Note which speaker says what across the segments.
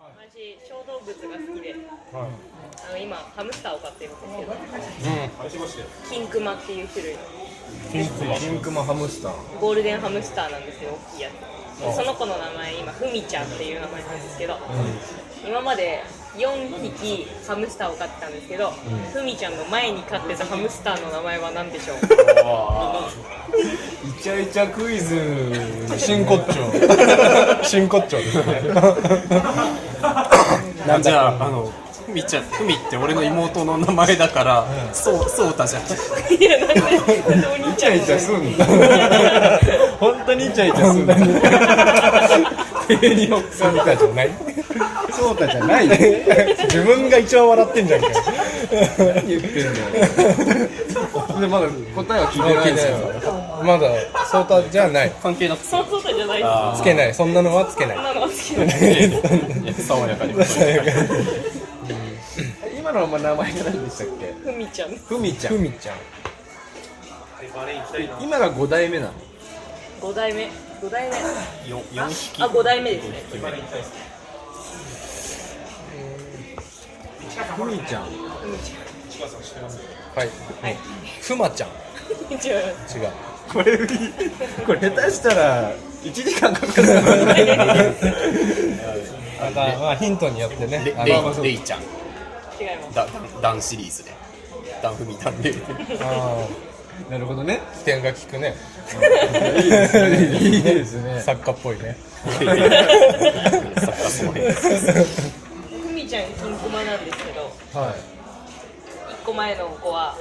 Speaker 1: 私小動物が好きで
Speaker 2: はい。
Speaker 1: あの今ハムスターを飼ってるんですけど
Speaker 2: はしごして。
Speaker 1: キンクマっていう種類の
Speaker 2: ピンクマ。
Speaker 3: ピンクマハムスター
Speaker 1: ゴールデンハムスターなんですよ大きいやつその子の名前今ふみちゃんっていう名前なんですけど今まで4匹ハムスターを飼ってたんですけどふみ、ちゃんの前に飼ってたハムスターの名前は何でしょう
Speaker 3: イチャイチャクイズ
Speaker 4: 真骨頂真骨頂ですね
Speaker 5: あじゃああのふみちゃんふみって俺の妹の名前だから、そうそうたじゃん
Speaker 1: いやなんでなんでお兄ちゃんの名前
Speaker 3: するん
Speaker 5: 本当にイチャイチャする
Speaker 4: 急にそうたじゃない
Speaker 3: そうたじゃない
Speaker 4: 自分が一番笑ってんじゃんかよ
Speaker 3: 言ってんのでまだ答えは聞いてないですよ
Speaker 4: まだそうたじゃない
Speaker 5: 関係な く
Speaker 1: そうそうじゃないです
Speaker 4: つけないそんなのはつけない
Speaker 1: そん なの好きなんです
Speaker 5: いや爽やかに
Speaker 3: 今のま名前が何でしたっけ
Speaker 1: ふみちゃん
Speaker 3: ふみちゃん
Speaker 4: ふみちゃん
Speaker 3: 今が5代目なの
Speaker 1: 5代目5代目あ
Speaker 5: よ4匹
Speaker 1: 5代目ですね
Speaker 3: ふみちゃん
Speaker 1: ふみち
Speaker 4: は
Speaker 1: ゃ
Speaker 4: い
Speaker 1: んはい
Speaker 4: ふまちゃん
Speaker 1: じゃ
Speaker 4: 違う
Speaker 3: これこれ下手したら1時間かかる
Speaker 4: あまあヒントによってねあ
Speaker 5: レ
Speaker 4: の
Speaker 5: イレイちゃん
Speaker 1: あ違います
Speaker 5: ダダンシリーズでダンフミダンレイ
Speaker 4: あ
Speaker 3: なるほどね
Speaker 4: ー起点が効くね
Speaker 3: いいですねいいですね
Speaker 4: 作家っぽいね
Speaker 5: 作家その辺
Speaker 1: ふみちゃん金駒なんですけど
Speaker 3: は
Speaker 1: 1個前の子は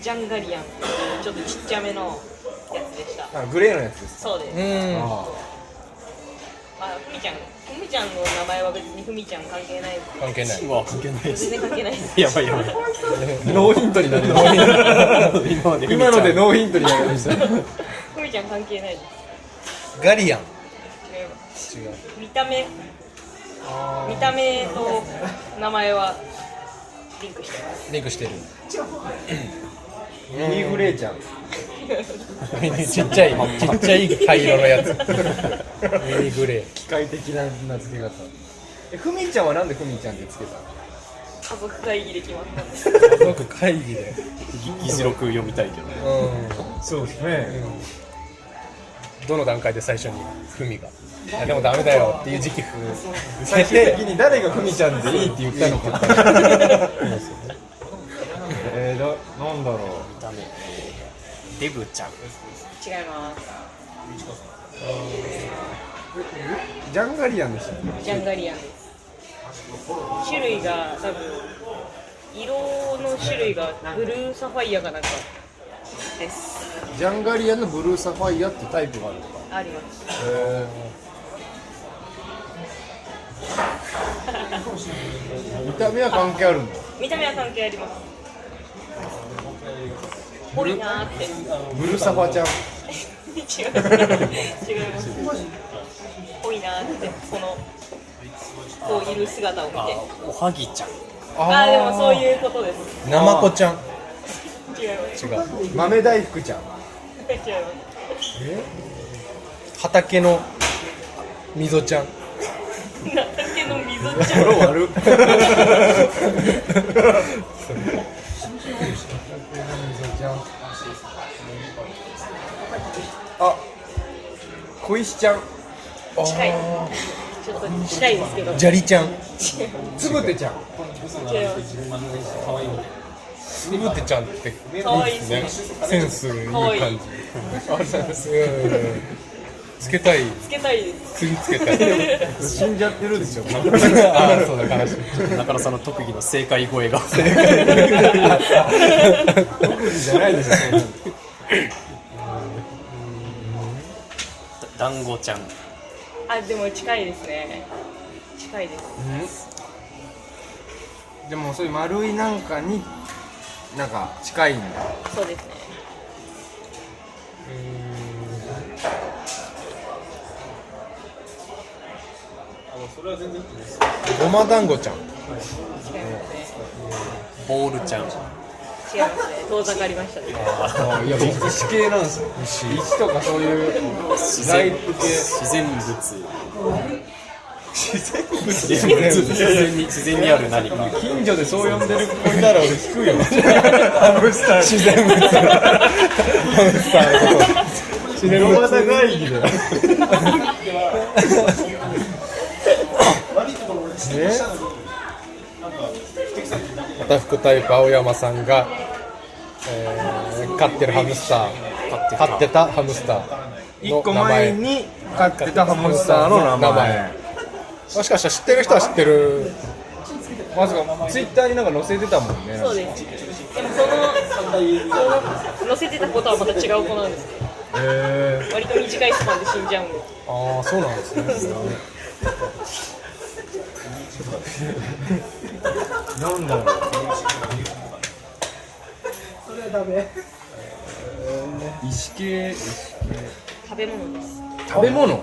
Speaker 1: ジャンガリアンっていうちょっとちっちゃめのやつでした
Speaker 3: いグレーのやつです
Speaker 1: そうです、
Speaker 4: うーん
Speaker 3: あ
Speaker 1: まあ、ふみちゃんふみちゃんの名前は別にふみちゃん関係ない
Speaker 4: 関係ないう
Speaker 5: わ関係ない
Speaker 1: 全然関係ない です
Speaker 5: やばいやばい
Speaker 3: ノーヒントになりま
Speaker 5: 今まで
Speaker 3: 今ので
Speaker 5: の
Speaker 3: ノーヒントになりました
Speaker 1: ふみちゃん関係ないです
Speaker 4: ガリア
Speaker 1: 違い
Speaker 4: ン
Speaker 1: ます
Speaker 4: 違う
Speaker 1: 見た目見た目と名前はリンクしてます
Speaker 4: リンクしてる
Speaker 3: ミニグレーちゃん
Speaker 4: ちっちゃいちっちゃい灰色のやつ ミニグレ
Speaker 3: 機械的な名付け方えふみちゃんはなんでふみちゃんってつけたの
Speaker 1: 家族会議で決まったんです
Speaker 4: ーすごく会議で
Speaker 5: 議事録読みたいけどね
Speaker 4: う
Speaker 3: そうですね
Speaker 4: んどの段階で最初にフミがいやでもダメだよっていう時期
Speaker 3: 最終的に誰がふみちゃんでいいって言ったのかえー、だなんだろう
Speaker 5: デブちゃん
Speaker 1: 違います
Speaker 3: ジャンガリアンでしたね
Speaker 1: ジャンガリアンです種類が多分色の種類がブルーサファイアかなんかです
Speaker 3: ジャンガリアンのブルーサファイアってタイプがあるのか
Speaker 1: あります
Speaker 3: へえ見た目は関係あるんだ
Speaker 1: 見た目は関係ありますぽいなーって
Speaker 3: ブルーサファちゃん
Speaker 1: 違う違いますぽいなーってこのこういる姿を見て
Speaker 5: あおはぎちゃん
Speaker 1: ああでもそういうことです
Speaker 4: なまこちゃん
Speaker 1: 違います
Speaker 4: 違う
Speaker 3: 豆大福ちゃん
Speaker 1: 違います
Speaker 4: 畑の溝ちゃん
Speaker 1: 畑の溝ちゃん
Speaker 3: 悪っあ小石ちゃん
Speaker 1: 近いちょっと近いですけど違い
Speaker 4: 砂利ちゃん
Speaker 3: つぶてちゃん
Speaker 1: ます
Speaker 4: つぶてちゃんって
Speaker 1: 可愛いですね
Speaker 4: センスいい感じうんつけたい
Speaker 1: つけたいです
Speaker 4: 次つけたい
Speaker 3: 死んじゃってるでしょ
Speaker 4: ああそうだ悲しい
Speaker 5: 中野さんの特技の正解声が
Speaker 3: 特技じゃないでしょ
Speaker 5: 団子ちゃん
Speaker 1: あでも近いですね近いです
Speaker 3: でもそういう丸いなんかになんか近いんだ
Speaker 1: そうですね
Speaker 4: ごま団子ちゃん
Speaker 1: 違いますね
Speaker 5: ボールちゃん
Speaker 1: 違いますね遠ざかりましたね
Speaker 3: いや僕石系なんですよ石とかそういう
Speaker 5: 自
Speaker 3: ライ
Speaker 5: 然
Speaker 3: ブ系
Speaker 5: 自然物自然に自然にある何か
Speaker 3: 近所でそう呼んでる子いたら俺引くよハムスター
Speaker 4: 自然物ハムスターのこと
Speaker 3: 自然物会議だ
Speaker 4: 片福タイプ青山さんが、えー飼ってるハムスター飼ってたハムスターの
Speaker 3: 1個
Speaker 4: 名前
Speaker 3: 前に飼ってたハムスターの名
Speaker 4: 名
Speaker 3: 前
Speaker 4: 前もしかしたら知ってる人は知ってる
Speaker 3: まさかツイッターになんか載せてたもんね
Speaker 1: そうですでもそのその載せてたことはまた違う子なんです
Speaker 3: へ
Speaker 1: 割と短いスパンで死んじゃうんで
Speaker 4: ああそうなんですね
Speaker 3: えなんだろうそれはダメ意識
Speaker 1: 食べ物です
Speaker 3: 食べ物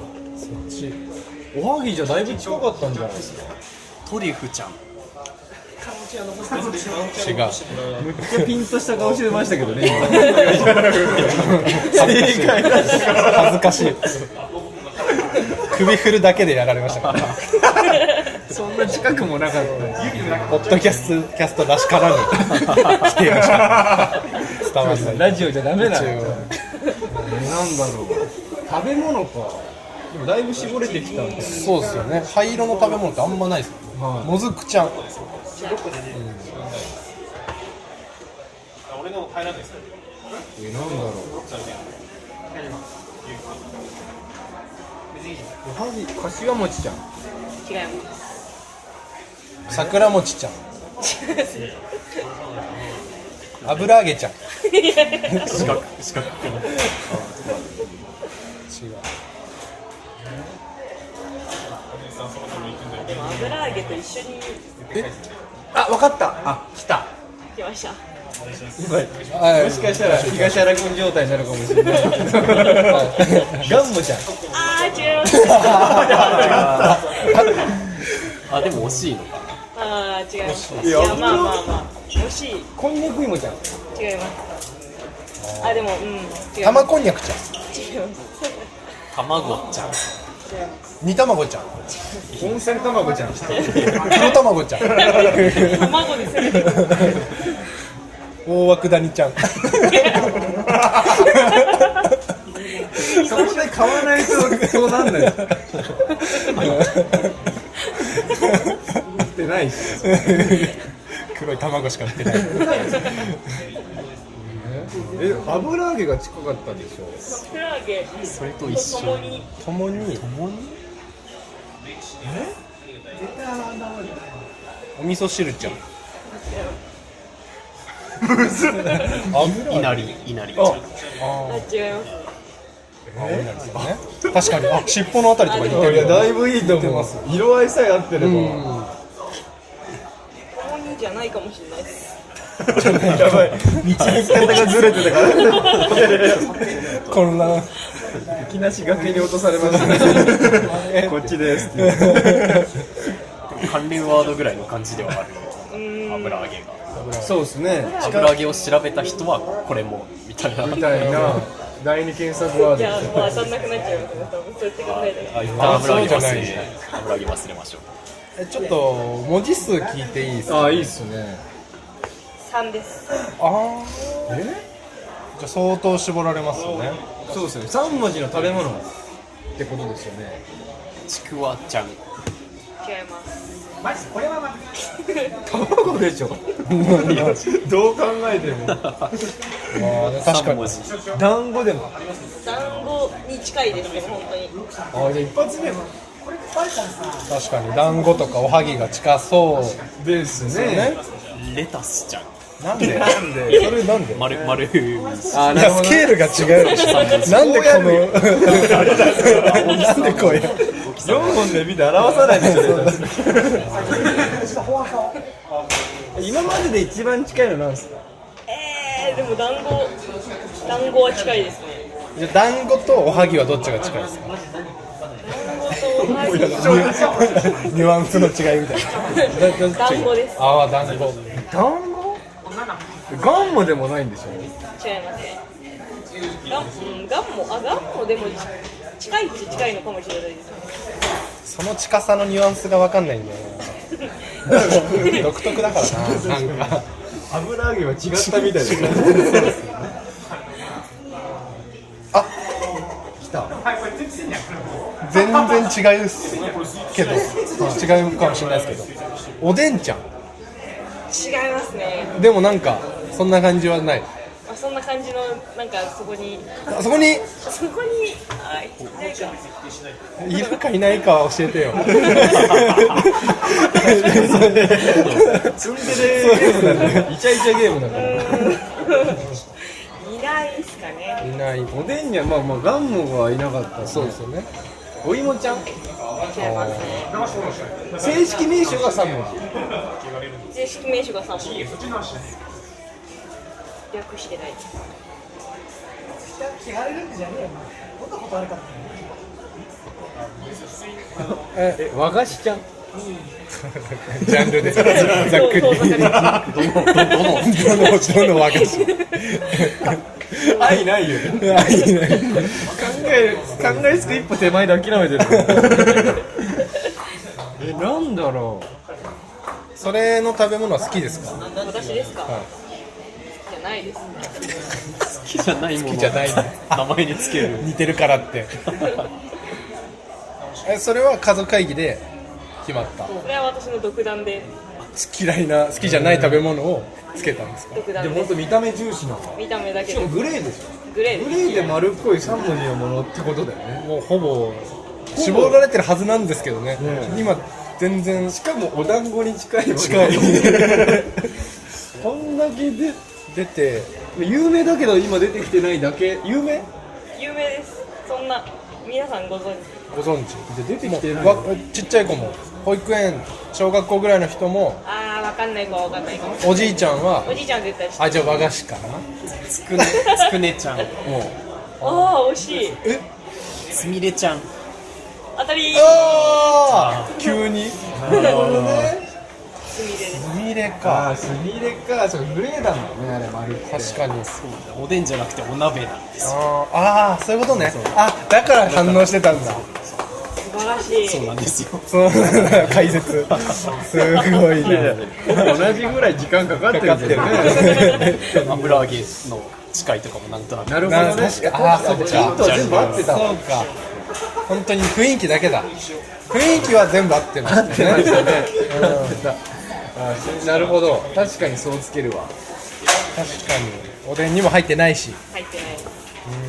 Speaker 3: おはぎじゃだいぶ近かったんじゃないですか
Speaker 5: トリュフちゃん
Speaker 4: 違う
Speaker 3: めっちゃピンとした顔してましたけどね正解だ
Speaker 4: 恥ずかしい首振るだけでやられましたから
Speaker 3: そんな近くもなかった
Speaker 4: ポッドキャストキャストらしからぬ否定がしかった伝わらない
Speaker 3: ラジオじゃダメなのなんだろう食べ物かでもだいぶ絞れてきたんだよ
Speaker 4: そうですよね灰色の食べ物ってあんまないですよね
Speaker 3: は
Speaker 4: もずくちゃん
Speaker 3: いえなんだろうおはぎ柏餅ちゃん
Speaker 1: 違います
Speaker 4: 桜餅ちゃん油揚げちゃん
Speaker 5: 四角四角くの
Speaker 4: 違う
Speaker 1: でも油揚げと一緒に
Speaker 3: あ、わかったあ、来た
Speaker 1: 来ました
Speaker 4: はい
Speaker 3: もしかしたら東原君状態になるかもしれないガン モちゃん
Speaker 1: あー違います
Speaker 5: あでも惜しいの
Speaker 1: あー違いますいやまあまあまあ惜しい
Speaker 3: こんにゃくいもちゃん
Speaker 1: 違いますあでもうん違います違いま
Speaker 4: 玉こんにゃくちゃん
Speaker 1: す
Speaker 5: 卵ちゃん
Speaker 4: 煮卵ちゃん
Speaker 3: 温泉 卵ちゃん
Speaker 4: 黒卵ちゃん
Speaker 1: 卵ですよね
Speaker 4: 大涌谷ちゃん
Speaker 3: そこで買わないとそうなんないってないし
Speaker 4: 黒い卵しか売ってない
Speaker 3: え油揚げが近かったでしょ
Speaker 1: 油揚げ
Speaker 5: それと一
Speaker 1: と
Speaker 5: 緒
Speaker 1: 共に
Speaker 4: 共に共にえお味噌汁ちゃん
Speaker 5: いなりいなりちゃん
Speaker 1: あ違います
Speaker 4: 確かにあ尻尾のあたりとか似てるよね
Speaker 3: いぶいいと思う色合いさえ合ってれば
Speaker 1: 共にじゃないかもしれないです
Speaker 3: やばい道の行き方がずれてたから
Speaker 4: こんな
Speaker 3: きなし崖に落とされましたねこっちですって言って
Speaker 5: 関連ワードぐらいの感じではある
Speaker 1: うーん
Speaker 5: 油揚げが
Speaker 3: そうですね
Speaker 5: 油揚げを調べた人はこれもみたいな
Speaker 3: みたいな第二検索ワード
Speaker 1: じ
Speaker 3: で
Speaker 1: ゃあ
Speaker 3: す
Speaker 1: もう当
Speaker 3: よ
Speaker 1: たんなくなっちゃいますね多分そうやって考えたら
Speaker 5: あ一旦油揚げ
Speaker 4: あそうじゃ
Speaker 5: 忘
Speaker 4: ない
Speaker 5: れ油揚げ忘れましょう
Speaker 4: えちょっと文字数聞いていいですか
Speaker 3: ああいいっすね
Speaker 1: 三です
Speaker 4: あ
Speaker 3: え
Speaker 4: じゃあ相当絞られますよね
Speaker 3: そうですね三文字の食べ物ってことですよね
Speaker 5: ちくわちゃん
Speaker 1: 違います
Speaker 3: 卵でしょどう考えても
Speaker 4: あー確か
Speaker 5: 3
Speaker 4: に
Speaker 5: 文字
Speaker 3: 団子でも
Speaker 1: 団子に近いですね本当に
Speaker 3: ああじゃあ一発目
Speaker 4: 確かに団子とかおはぎが近そ
Speaker 3: ですね
Speaker 4: うね
Speaker 5: レタスちゃん
Speaker 4: なんで
Speaker 3: なんで
Speaker 4: それなんで
Speaker 5: 丸丸
Speaker 3: あ
Speaker 4: い
Speaker 3: あ
Speaker 4: やスケールが違うでしょなんでこ のなんでこうや
Speaker 3: 四本で見て表さないでしょ 今までで一番近いのなんですか
Speaker 1: えー、でも団子団子は近いですね
Speaker 4: じゃあ団子とおはぎはどっちが近いですか
Speaker 1: 団子とおはぎ
Speaker 4: ニュアンスの違いみたいな
Speaker 1: 団子です
Speaker 4: ああ団子
Speaker 3: 団子ガンモでもないんでしょ
Speaker 1: 違いますねガンうんガンもあガンもでも近いっちゃ近いのかもしれないですね
Speaker 4: その近さのニュアンスが分かんないんだよ な独特だからななんか
Speaker 3: 油揚げは違ったみたいですね
Speaker 4: あ来た全然違うっすけど違うかもしれないですけどおでんちゃん
Speaker 1: 違いますね、
Speaker 4: でもなんかそんな感じはない
Speaker 1: まあ、そんな感じのなんかそこに
Speaker 4: あそこに
Speaker 1: そこにあなんか
Speaker 4: いるかいないかは教えて よ
Speaker 3: ツンデレゲームなんだよイチャイチャゲームなんだよ
Speaker 1: うんいないですかね
Speaker 4: いない
Speaker 3: おでんにはまあまあガンモはいなかった
Speaker 4: そうですよね
Speaker 3: お芋ちゃん
Speaker 1: 違いますね
Speaker 3: 正式名称が3文字
Speaker 1: 正式名称が3本略してない
Speaker 3: え和菓子ちゃん
Speaker 4: ジャン ルでざっくり
Speaker 1: そうそう
Speaker 4: どのどのどの和菓子
Speaker 3: 愛ないよね
Speaker 4: あいいね
Speaker 3: 考え考えつく一歩手前で諦めてるえなんだろ
Speaker 4: それの食べ物は好きですか
Speaker 1: 私ですか、
Speaker 4: はい
Speaker 1: じゃないです
Speaker 5: 好きじゃないもの
Speaker 4: 好きじゃないね
Speaker 5: 名前につけ る
Speaker 4: 似てるからってえそれは家族会議で決まった
Speaker 1: それは私の独断で
Speaker 4: 嫌いな好きじゃない食べ物をつけたんですか
Speaker 1: 独
Speaker 3: うで
Speaker 1: 断
Speaker 3: も本
Speaker 1: で
Speaker 3: 当見た目重視なの
Speaker 1: 見た目だけ
Speaker 3: しかも
Speaker 1: で
Speaker 3: グレーでし
Speaker 1: グレ
Speaker 3: ょ
Speaker 1: ー
Speaker 3: グ
Speaker 1: です
Speaker 3: レーで丸っこい3文字のものってことだよね
Speaker 4: もうほぼ絞られてるはずなんですけどね
Speaker 3: ね
Speaker 4: 今全然
Speaker 3: しかもお団子に近いわけ
Speaker 4: 近い
Speaker 3: こんだけで
Speaker 4: 出て
Speaker 3: 有名だけど今出てきてないだけ有名
Speaker 1: 有名ですそんな皆さんご存知
Speaker 4: ご存知
Speaker 3: じゃ出てきてない
Speaker 4: もうわちっちゃい子も保育園小学校ぐらいの人も
Speaker 1: ああわかんないかわかんないかも
Speaker 4: おじいちゃんは
Speaker 1: おじいちゃん絶対知ってる
Speaker 4: あじゃあ和菓子かな
Speaker 5: つくねつくねちゃん
Speaker 4: もう
Speaker 1: ああ惜しい
Speaker 5: つみれちゃん
Speaker 1: 当たり
Speaker 4: ああ急に
Speaker 1: すみれです
Speaker 4: すみれか
Speaker 3: ああスミレかそうグレーだもんねあれ丸って
Speaker 4: 確かに
Speaker 5: そうだおでんじゃなくてお鍋なんです
Speaker 4: あーあーそういうことねあだから反応してたんだ
Speaker 1: 素晴らしい
Speaker 5: そうなんですよ
Speaker 4: その 解説すごいな
Speaker 3: 同じぐらい時 間かかってるけど
Speaker 4: かかってるね
Speaker 3: ね
Speaker 5: 油揚げの誓いとかもなんとなく
Speaker 3: なるほ
Speaker 4: な
Speaker 3: どね
Speaker 4: 確かああそっか
Speaker 3: ヒントは全部合ってたわ
Speaker 4: そうか本当に雰囲気だけだ雰囲気は全部合ってま
Speaker 3: 合っ
Speaker 4: す
Speaker 3: て
Speaker 4: ね
Speaker 3: ましたね合ってたあーなるほど確かにそうつけるわ
Speaker 4: 確かにおでんにも入ってないし
Speaker 1: 入ってない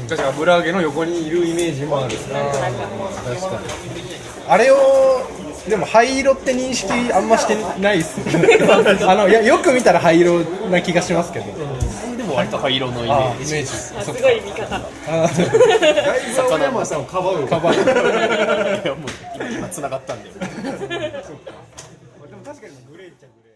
Speaker 3: 確かに油揚げの横にいるイメージもある
Speaker 1: なんとなく
Speaker 3: 確かに
Speaker 4: あれをでも灰色って認識あんましてないっすあのいやよく見たら灰色な気がしますけど
Speaker 5: でも割と灰色のイメ
Speaker 4: あ
Speaker 5: ー
Speaker 4: ー
Speaker 5: ジ
Speaker 4: イメージ
Speaker 1: あす
Speaker 4: そっか
Speaker 1: ごい味方
Speaker 4: あー
Speaker 3: だいぶ青山さんをかばう
Speaker 4: カバー
Speaker 5: いやもう今繋がったんで
Speaker 3: でも確かにグレーっちゃグレー